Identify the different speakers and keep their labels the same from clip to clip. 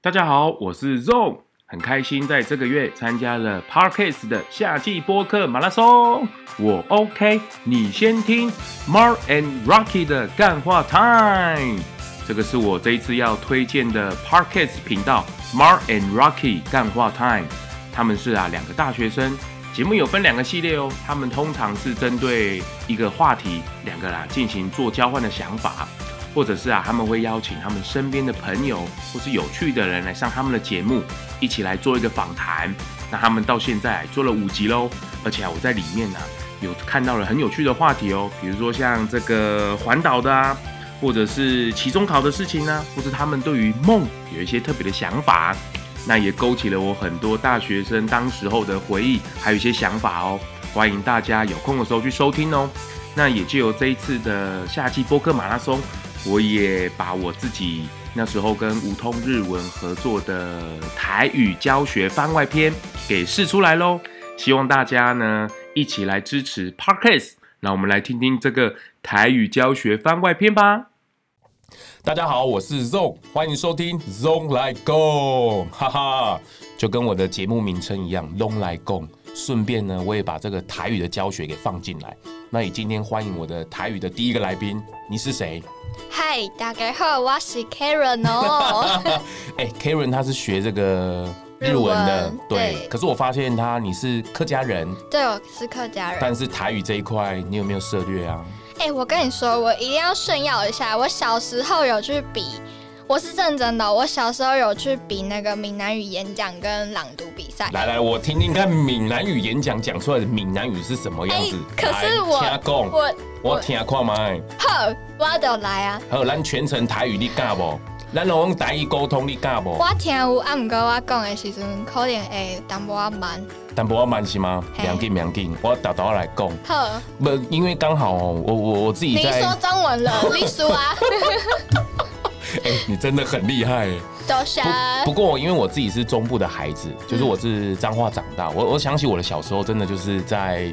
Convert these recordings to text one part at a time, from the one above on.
Speaker 1: 大家好，我是 Zong，很开心在这个月参加了 Parkes 的夏季播客马拉松。我 OK，你先听 Mark and Rocky 的干话 Time。这个是我这一次要推荐的 Parkes 频道 Mark and Rocky 干话 Time。他们是啊两个大学生，节目有分两个系列哦。他们通常是针对一个话题，两个啦进行做交换的想法。或者是啊，他们会邀请他们身边的朋友或是有趣的人来上他们的节目，一起来做一个访谈。那他们到现在做了五集喽，而且啊，我在里面呢、有看到了很有趣的话题哦，比如说像这个环岛的啊，或者是期中考的事情啊，或是他们对于梦有一些特别的想法。那也勾起了我很多大学生当时候的回忆，还有一些想法哦。欢迎大家有空的时候去收听哦。那也借由这一次的夏季播客马拉松，我也把我自己那时候跟吴通日文合作的台语教学番外篇给试出来喽。希望大家呢一起来支持 Parkes，那我们来听听这个台语教学番外篇吧。
Speaker 2: 大家好，我是 Zong，欢迎收听 Zong 来 Go，哈哈，就跟我的节目名称一样，Long 来 Go。顺便呢，我也把这个台语的教学给放进来。那也今天欢迎我的台语的第一个来宾，你是谁？
Speaker 3: 嗨，大家好，我是 Karen 哦。
Speaker 2: 哎、k a r e n 她是学这个日文的
Speaker 3: 日文，
Speaker 2: 对。
Speaker 3: 对
Speaker 2: 可是我发现她你是客家人，
Speaker 3: 对，我是客家人。
Speaker 2: 但是台语这一块你有没有涉略啊？
Speaker 3: 哎、我跟你说，我一定要炫耀一下，我小时候有去比，我是认真的哦。我小时候有去比那个闽南语演讲跟朗读比赛。
Speaker 2: 来来，我听听看闽南语演讲讲出来的闽南语是什么样
Speaker 3: 哎
Speaker 2: 子。
Speaker 3: 可
Speaker 2: 来
Speaker 3: 是我
Speaker 2: 听讲
Speaker 3: 我
Speaker 2: 我听看麦。
Speaker 3: 呵，我就来啊！
Speaker 2: 好，咱全程台语你敢无？咱拢用台语沟通你敢无？
Speaker 3: 我听有，啊，毋过我讲的时阵可能会淡薄仔慢。
Speaker 2: 淡薄我慢是吗？
Speaker 3: 嘿
Speaker 2: 两斤两斤，我豆豆来讲。
Speaker 3: 呵，
Speaker 2: 不，因为刚好哦，我我我自己
Speaker 3: 你
Speaker 2: 在。
Speaker 3: 说中文了，你说 啊，
Speaker 2: 哎、你真的很厉害耶。
Speaker 3: 多谢。
Speaker 2: 不过，因为我自己是中部的孩子，
Speaker 3: 嗯
Speaker 2: 就是我是彰化长大，我我想起我的小时候，真的就是在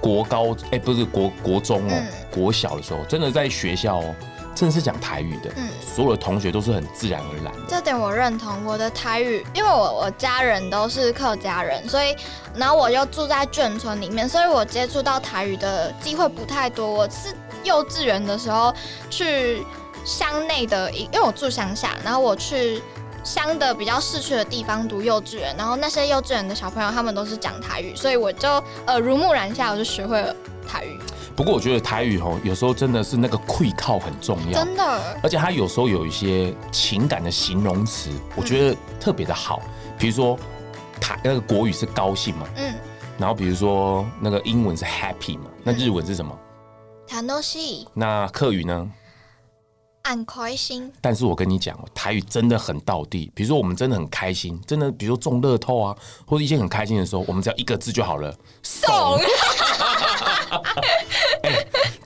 Speaker 2: 国高，哎、不是国国中哦、
Speaker 3: 嗯
Speaker 2: 国小的时候，真的在学校哦、真的是讲台语的，
Speaker 3: 嗯
Speaker 2: 所有的同学都是很自然而然的。
Speaker 3: 这点我认同。我的台语，因为我我家人都是客家人，所以然后我又住在眷村里面，所以我接触到台语的机会不太多。我是幼稚园的时候去乡内的一，因为我住乡下，然后我去。乡的比较市区的地方读幼稚园，然后那些幼稚园的小朋友他们都是讲台语，所以我就呃耳濡目染下，我就学会了台语，
Speaker 2: 不过，我觉得台语哦、有时候真的是那个愧靠很重要。
Speaker 3: 真的。
Speaker 2: 而且他有时候有一些情感的形容词，我觉得特别的好。比如说，他那个国语是高兴嘛，
Speaker 3: 嗯，
Speaker 2: 然后比如说那个英文是 happy 嘛，那
Speaker 3: 嗯
Speaker 2: 日文是什么？
Speaker 3: 谈东西，
Speaker 2: 那客语呢？
Speaker 3: 俺开心。
Speaker 2: 但是我跟你讲哦，台语真的很道地。比如说，我们真的很开心，真的，比如说中乐透啊，或者一些很开心的时候，我们只要一个字就好了，
Speaker 3: 懂。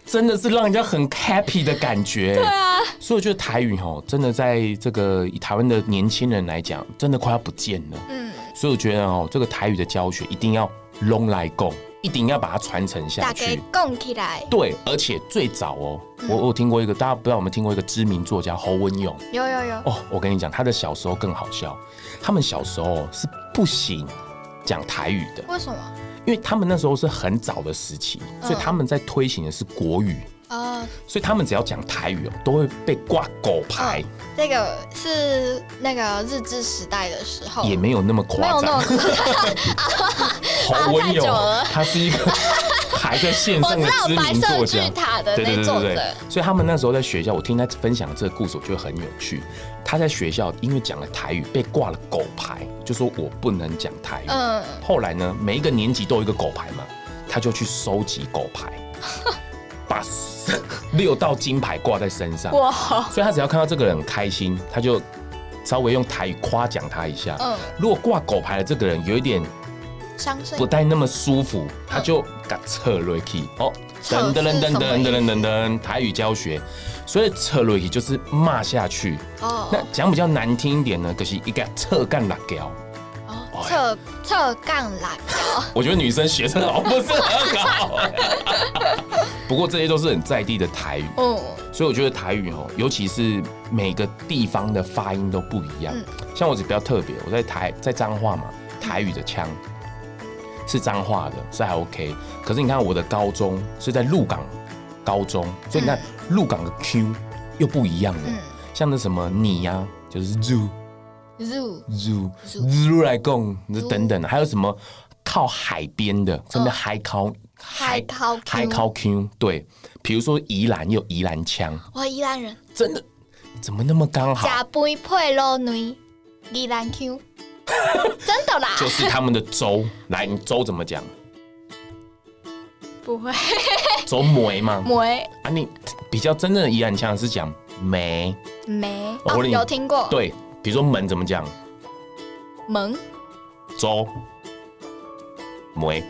Speaker 2: 真的是让人家很 happy 的感觉。对
Speaker 3: 啊，
Speaker 2: 所以我觉得台语哦，真的在这个以台湾的年轻人来讲，真的快要不见了。
Speaker 3: 嗯，
Speaker 2: 所以我觉得哦，这个台语的教学一定要拢来共，一定要把它传承下
Speaker 3: 大家
Speaker 2: 去。
Speaker 3: 供起来。
Speaker 2: 对，而且最早哦，
Speaker 3: 嗯
Speaker 2: 我我有听过一个，大家不知道有没有听过一个知名作家侯文勇
Speaker 3: 有有有，
Speaker 2: 哦，我跟你讲，他的小时候更好笑，他们小时候是不行讲台语的，
Speaker 3: 为什么？
Speaker 2: 因为他们那时候是很早的时期，所以
Speaker 3: 嗯
Speaker 2: 他们在推行的是国语，
Speaker 3: 哦，
Speaker 2: 所以他们只要讲台语哦，都会被挂狗牌，
Speaker 3: 这个是那个日治时代的时候，
Speaker 2: 也没有那么
Speaker 3: 哦没
Speaker 2: 夸
Speaker 3: 有
Speaker 2: 张
Speaker 3: 那。 种，
Speaker 2: 侯文勇
Speaker 3: 太久了，
Speaker 2: 哦他是 一个还在线
Speaker 3: 我
Speaker 2: 上
Speaker 3: 知
Speaker 2: 的
Speaker 3: 道
Speaker 2: 知
Speaker 3: 白
Speaker 2: 名
Speaker 3: 色
Speaker 2: 作
Speaker 3: 巨
Speaker 2: 家。
Speaker 3: 塔的
Speaker 2: 对对
Speaker 3: 那
Speaker 2: 对
Speaker 3: 作
Speaker 2: 对
Speaker 3: 者
Speaker 2: 对，，所以他们那时候在学校，我听他分享这个故事，我觉得很有趣。他在学校因为讲了台语，被挂了狗牌，就说我不能讲台语。
Speaker 3: 嗯，
Speaker 2: 后来呢，每一个年级都有一个狗牌嘛，他就去收集狗 牌，把 六道金牌挂在身上。
Speaker 3: 哇，
Speaker 2: 所以他只要看到这个人很开心，他就稍微用台语夸奖他一下。
Speaker 3: 嗯，
Speaker 2: 如果挂狗牌的这个人有一点
Speaker 3: 相信
Speaker 2: 不太那么舒服，他就嘎扯瑞去哦，
Speaker 3: 扯
Speaker 2: 噔
Speaker 3: 是
Speaker 2: 噔噔噔
Speaker 3: 什么
Speaker 2: 噔
Speaker 3: 意思
Speaker 2: 噔噔噔，台语教学，所以扯瑞去就是骂下去。
Speaker 3: 哦
Speaker 2: 那讲比较难听一点呢，可是一个侧干辣椒。
Speaker 3: 哦，侧侧杠来，
Speaker 2: 我觉得女生学这 个好像不是很好。不过这些都是很在地的台语，
Speaker 3: 哦，
Speaker 2: 所以我觉得台语哦，尤其是每个地方的发音都不一样。
Speaker 3: 嗯
Speaker 2: 像我只比较特别，我在台在彰化嘛，台语的腔是彰化的，是还 OK。可是你看我的高中是在鹿港高中，所以你看鹿港的 Q 又不一样了，
Speaker 3: 嗯
Speaker 2: 像那什么你呀、就是 zoo。
Speaker 3: ，zoo，
Speaker 2: 如
Speaker 3: 如
Speaker 2: 如来供
Speaker 3: 如
Speaker 2: 等等，啊还有什么靠海边的，真的海靠
Speaker 3: 哦海靠 Q
Speaker 2: 海靠 Q，对，比如说宜兰有宜兰腔，
Speaker 3: 我宜兰人，
Speaker 2: 真的怎么那么刚好？
Speaker 3: 假杯配肉泥，宜兰 Q，真的啦，
Speaker 2: 就是他们的粥，来，你粥怎么讲？
Speaker 3: 不会，
Speaker 2: 粥梅吗？
Speaker 3: 梅
Speaker 2: 啊，你比较真正的宜兰腔是讲梅，
Speaker 3: 梅，
Speaker 2: 我
Speaker 3: 哦，
Speaker 2: 问你
Speaker 3: 有听过，
Speaker 2: 对，比如说门怎么讲？
Speaker 3: 门
Speaker 2: 粥梅，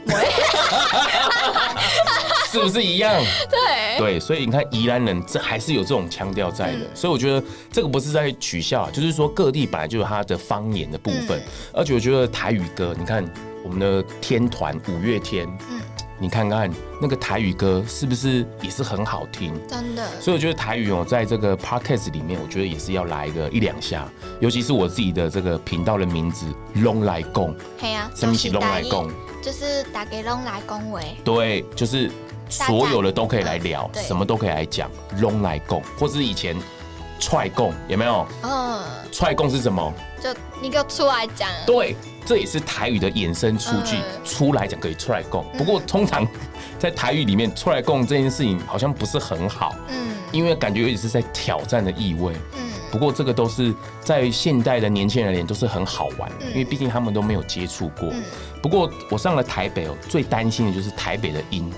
Speaker 2: 是不是一样？
Speaker 3: 对，
Speaker 2: 对，所以你看宜兰人这还是有这种腔调在的，
Speaker 3: 哎嗯
Speaker 2: 所以我觉得这个不是在取笑啊，就是说各地本来就有它的方言的部分，
Speaker 3: 嗯
Speaker 2: 而且我觉得台语歌，你看我们的天团五月天，
Speaker 3: 嗯
Speaker 2: 你看看那个台语歌是不是也是很好听？
Speaker 3: 真的，
Speaker 2: 所以我觉得台语哦，在这个 podcast 里面，我觉得也是要来个一两下，尤其是我自己的这个频道的名字“龙来共
Speaker 3: 嘿啊”，，
Speaker 2: 什么是“龙来
Speaker 3: 台语
Speaker 2: 共”？
Speaker 3: 就是打给拢来恭维，
Speaker 2: 对，就是所有的都可以来聊
Speaker 3: 大，家嗯对
Speaker 2: 什么都可以来讲，拢来共，或是以前踹共有没有？
Speaker 3: 嗯，
Speaker 2: 踹共是什么？
Speaker 3: 就你给我出来讲，啊
Speaker 2: 对，这也是台语的衍生出去，
Speaker 3: 嗯
Speaker 2: 出来讲可以踹共。
Speaker 3: 嗯
Speaker 2: 不过通常在台语里面，踹共这件事情好像不是很好，
Speaker 3: 嗯
Speaker 2: 因为感觉有点是在挑战的意味。
Speaker 3: 嗯，
Speaker 2: 不过这个都是在现代的年轻人里都是很好玩的，
Speaker 3: 嗯
Speaker 2: 因为毕竟他们都没有接触过。
Speaker 3: 嗯
Speaker 2: 不过我上了台北哦，最担心的就是台北的音，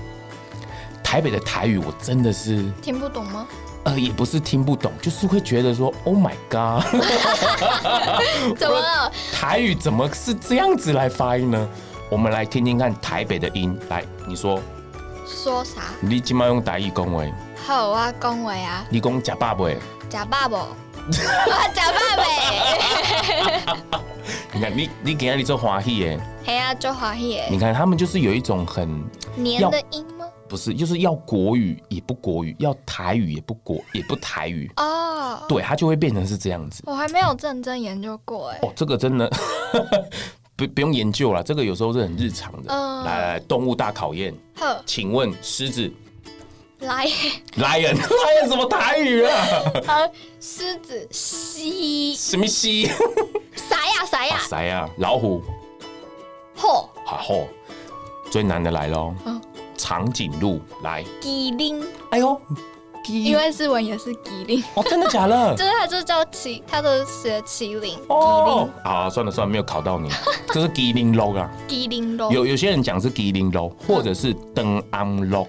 Speaker 2: 台北的台语我真的是
Speaker 3: 听不懂吗？
Speaker 2: 呃也不是听不懂，就是会觉得说 Oh my God， 嗯
Speaker 3: 怎么了？
Speaker 2: 台语怎么是这样子来发音呢？我们来听听看台北的音，来你说
Speaker 3: 说啥？
Speaker 2: 你今麦用台语恭维，
Speaker 3: 好啊，恭维啊，
Speaker 2: 你讲假爸喂，
Speaker 3: 假 爸不？啊，假爸呗，
Speaker 2: 你看你你给他你做华语耶，
Speaker 3: 嘿啊，就欢喜耶
Speaker 2: 你，看他们就是有一种很
Speaker 3: 年的音 吗？
Speaker 2: 不是，就是要国语也不国语，要台语也不国也不台语，
Speaker 3: 哦，
Speaker 2: 对，它就会变成是这样子。
Speaker 3: 我还没有认真研究过哎，
Speaker 2: 哦，这个真的 不不用研究了，这个有时候是很日常的。
Speaker 3: 嗯
Speaker 2: 来来来，动物大考验，
Speaker 3: 呵，
Speaker 2: 请问狮子
Speaker 3: 来，
Speaker 2: lion lion 什么台语啊？
Speaker 3: 呃，狮子西，
Speaker 2: 什么蜥？
Speaker 3: 啥呀啥呀，
Speaker 2: 谁啊？老虎，
Speaker 3: 嚯，
Speaker 2: 好吼，最难的来喽
Speaker 3: 嗯。
Speaker 2: 长颈鹿来，
Speaker 3: 吉林，
Speaker 2: 哎呦，
Speaker 3: 因
Speaker 2: 鸡
Speaker 3: 为日文也是吉林，
Speaker 2: 哦，真的假 的
Speaker 3: 就？是它就叫麒，它都写麒麟，
Speaker 2: 哦，好，算了算了，没有考到你，这是鸡零 l 啊。
Speaker 3: 吉林咯，
Speaker 2: 有有些人讲是吉林楼，
Speaker 3: 嗯
Speaker 2: 或者是登安楼。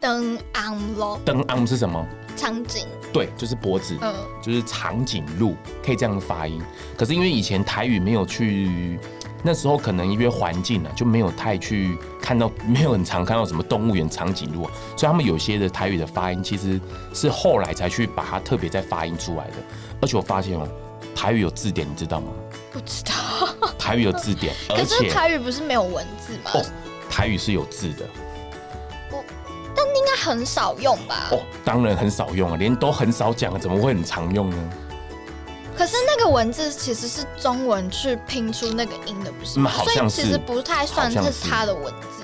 Speaker 3: 登昂咯，
Speaker 2: 登安是什么？
Speaker 3: 场景，
Speaker 2: 对，就是脖子，
Speaker 3: 嗯
Speaker 2: 就是长颈鹿，可以这样发音。可是因为以前台语没有去，那时候可能因为环境啊，就没有太去看到，没有很常看到什么动物园长颈鹿、啊，所以他们有些的台语的发音其实是后来才去把它特别再发音出来的。而且我发现哦，台语有字典，你知道吗？
Speaker 3: 不 知道。
Speaker 2: 台语有字典，而
Speaker 3: 哦可是
Speaker 2: 且
Speaker 3: 台语不是没有文字吗？
Speaker 2: 哦，台语是有字的。
Speaker 3: 应该很少用吧？
Speaker 2: 哦，当然很少用啊，连都很少讲，怎么会很常用呢？
Speaker 3: 可是那个文字其实是中文去拼出那个音的，不是吗？
Speaker 2: 嗯好
Speaker 3: 所以
Speaker 2: 像
Speaker 3: 其
Speaker 2: 是
Speaker 3: 实不太算
Speaker 2: 好像
Speaker 3: 是
Speaker 2: 是
Speaker 3: 它的文字。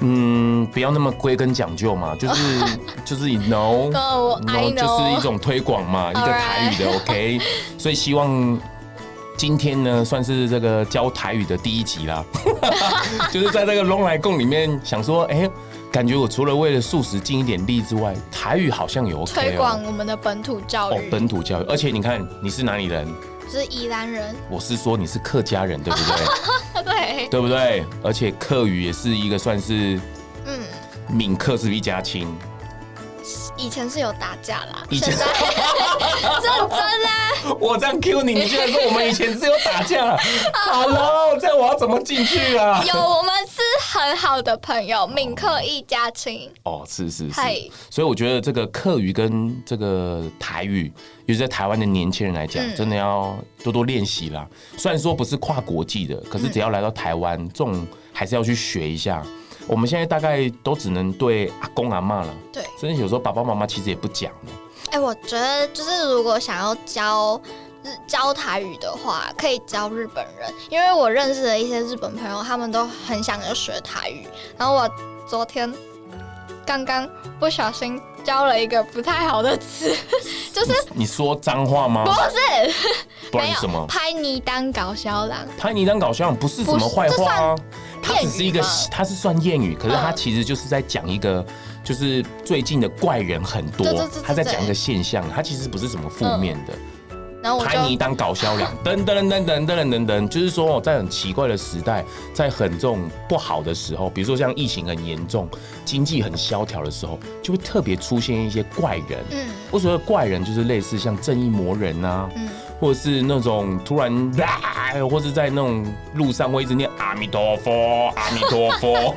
Speaker 2: 嗯，不要那么归根讲究嘛，就是 就是你 know，
Speaker 3: 嗯我 I
Speaker 2: 就是一
Speaker 3: know
Speaker 2: 种推广 嘛，一个
Speaker 3: Alright
Speaker 2: 台语的 OK，所以希望。今天呢，算是这个教台语的第一集啦， 就是在这个龙来共里面，想说，哎、感觉我除了为了素食尽一点力之外，台语好像有 OK 哦
Speaker 3: 推广我们的本土教
Speaker 2: 哦
Speaker 3: 育，
Speaker 2: 本土教育，而且你看你是哪里人，
Speaker 3: 就是宜兰人，
Speaker 2: 我是说你是客家人，对不对？
Speaker 3: 对，
Speaker 2: 对不对？而且客语也是一个算是
Speaker 3: 嗯，
Speaker 2: 闽客是比较亲，
Speaker 3: 以前是有打架啦，
Speaker 2: 以前
Speaker 3: 现 在认真啦，
Speaker 2: 我这样 Q 你，你居然说我们以前是有打 架？Hello，这样我要怎么进去啊？
Speaker 3: 有我们是很好的朋友，闽客一家亲，
Speaker 2: 哦，是是是
Speaker 3: 嗨，
Speaker 2: 所以我觉得这个客语跟这个台语，尤其在台湾的年轻人来讲，
Speaker 3: 嗯
Speaker 2: 真的要多多练习啦。虽然说不是跨国际的，
Speaker 3: 嗯
Speaker 2: 可是只要来到台湾，这种还是要去学一下。我们现在大概都只能对阿公阿妈了，
Speaker 3: 对，
Speaker 2: 甚至有时候爸爸妈妈其实也不讲了。
Speaker 3: 哎，我觉得就是如果想要教日教台语的话，可以教日本人，因为我认识的一些日本朋友，他们都很想要学台语。然后我昨天刚刚不小心教了一个不太好的词，就是
Speaker 2: 你说脏话吗
Speaker 3: 不？是
Speaker 2: 不然
Speaker 3: 没
Speaker 2: 是什么
Speaker 3: 有？拍泥当搞笑郎，
Speaker 2: 拍你当搞笑不是什么
Speaker 3: 不是
Speaker 2: 坏话啊，
Speaker 3: 这
Speaker 2: 它
Speaker 3: 算
Speaker 2: 只是一
Speaker 3: 谚语啊
Speaker 2: 个
Speaker 3: 吗，
Speaker 2: 它是算谚语，可是它
Speaker 3: 嗯
Speaker 2: 其实就是在讲一个，就是最近的怪人很多
Speaker 3: 对对对对，
Speaker 2: 他在讲一个现象，它其实不是什么负面的。
Speaker 3: 然后我
Speaker 2: 拍你
Speaker 3: 就
Speaker 2: 当搞笑 两等等等等等等等等，就是说在很奇怪的时代，在很这种不好的时候，比如说像疫情很严重、经济很萧条的时候，就会特别出现一些怪人。
Speaker 3: 嗯
Speaker 2: 我所谓的怪人，就是类似像正义魔人啊，
Speaker 3: 嗯
Speaker 2: 或者是那种突然啊，或者在那种路上会一直念阿弥陀佛，阿弥陀 佛。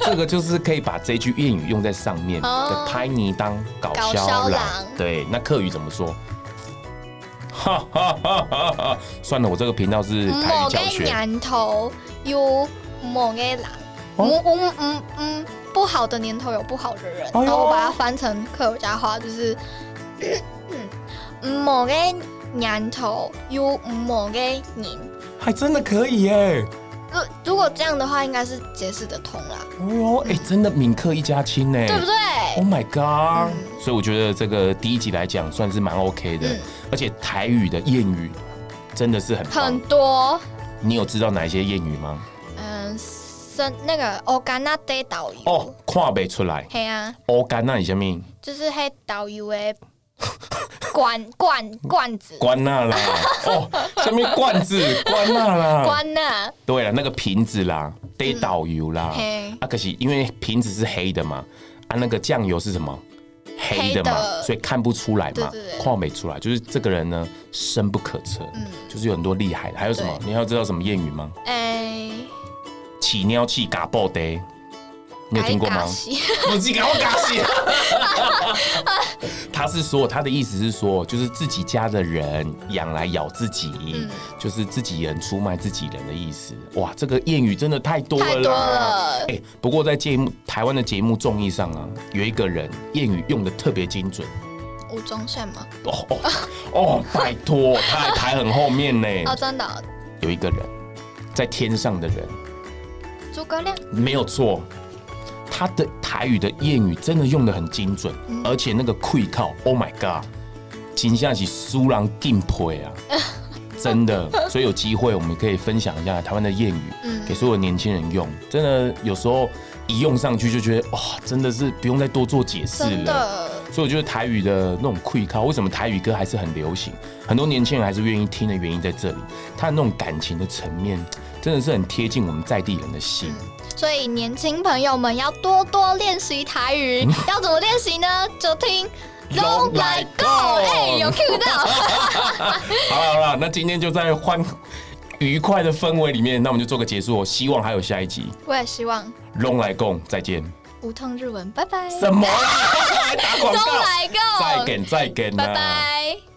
Speaker 2: 这个就是可以把这句谚语用在上面，
Speaker 3: 哦
Speaker 2: 拍你当搞
Speaker 3: 搞
Speaker 2: 笑
Speaker 3: 笑
Speaker 2: 郎
Speaker 3: 郎。
Speaker 2: 对，那客语怎么说？ 哈哈哈哈哈！算了，我这个频道是台语
Speaker 3: 某
Speaker 2: 教
Speaker 3: 个
Speaker 2: 学，
Speaker 3: 年头有某个郎，
Speaker 2: 哦
Speaker 3: 嗯嗯嗯嗯，不好的年头有不好的人，
Speaker 2: 哎呦
Speaker 3: 然后我把它翻成客家话就是，嗯某个年头有某个人。
Speaker 2: 还真的可以耶！
Speaker 3: 如呃如果这样的话，应该是解释得通啦，
Speaker 2: 哎呦，哎、真的闽客一家亲呢。
Speaker 3: 对不对？
Speaker 2: Oh my god！、
Speaker 3: 嗯
Speaker 2: 所以我觉得这个第一集来讲算是蛮 OK 的，
Speaker 3: 嗯
Speaker 2: 而且台语的谚语真的是很棒。
Speaker 3: 很多，
Speaker 2: 你有知道哪一些谚语吗？
Speaker 3: 嗯，生那个欧甘那得导游，
Speaker 2: 哦，看不出来。
Speaker 3: 嘿啊，
Speaker 2: 哦，干那你什么？
Speaker 3: 就是嘿导游的罐罐罐子
Speaker 2: 关那啦！哦，什么罐子？关那啦！
Speaker 3: 关呐、
Speaker 2: 对了，那个瓶子啦，得导游啦。
Speaker 3: 嗯嘿
Speaker 2: 啊，可惜因为瓶子是黑的嘛，啊，那个酱油是什么？黑的嘛，
Speaker 3: 黑的
Speaker 2: 所以看不出来嘛，
Speaker 3: 对对对
Speaker 2: 看没出来，就是这个人呢深不可测，就是有很多厉害的。还有什么？
Speaker 3: 对
Speaker 2: 你要知道什么谚语吗？
Speaker 3: 哎，
Speaker 2: 起尿气嘎爆的，你有听过吗
Speaker 3: 嘎？西
Speaker 2: 我自己给我嘎 西。他是说，他的意思是说，就是自己家的人养来咬自己，
Speaker 3: 嗯
Speaker 2: 就是自己人出卖自己人的意思。哇，这个谚语真的太多了啦
Speaker 3: 太多了
Speaker 2: 哎、不过在节目台湾的节目综艺上啊，有一个人谚语用的特别精准。
Speaker 3: 吴宗宪吗？
Speaker 2: 哦哦 哦，拜托，他还排很后面呢。
Speaker 3: 哦，真的哦，
Speaker 2: 有一个人在天上的人，
Speaker 3: 诸葛亮，
Speaker 2: 没有错，他的台语的谚语真的用的很精准，而且那个溃靠，Oh my god，真像是苏郎敬佩啊，真的。所以有机会我们可以分享一下台湾的谚语，
Speaker 3: 嗯
Speaker 2: 给所有年轻人用。真的有时候一用上去就觉得哇、真的是不用再多做解释了。
Speaker 3: 真的，
Speaker 2: 所以我觉得台语的那种溃靠，为什么台语歌还是很流行，很多年轻人还是愿意听的原因在这里，它的那种感情的层面，真的是很贴近我们在地人的心。
Speaker 3: 所以年轻朋友们要多多练习台语，
Speaker 2: 嗯
Speaker 3: 要怎么练习呢？就听 《
Speaker 2: Long
Speaker 3: Long
Speaker 2: Like
Speaker 3: Like
Speaker 2: Go
Speaker 3: Go》，哎，有 Q 到，
Speaker 2: 好了好了，那今天就在欢愉快的氛围里面，那我们就做个结束哦。希望还有下一集，
Speaker 3: 我也希望
Speaker 2: 龙来共再见。
Speaker 3: 无痛日文，拜拜，
Speaker 2: 什么啦？还打广
Speaker 3: 中
Speaker 2: 告？
Speaker 3: 来 Go，
Speaker 2: 再见再见啦！
Speaker 3: 拜拜。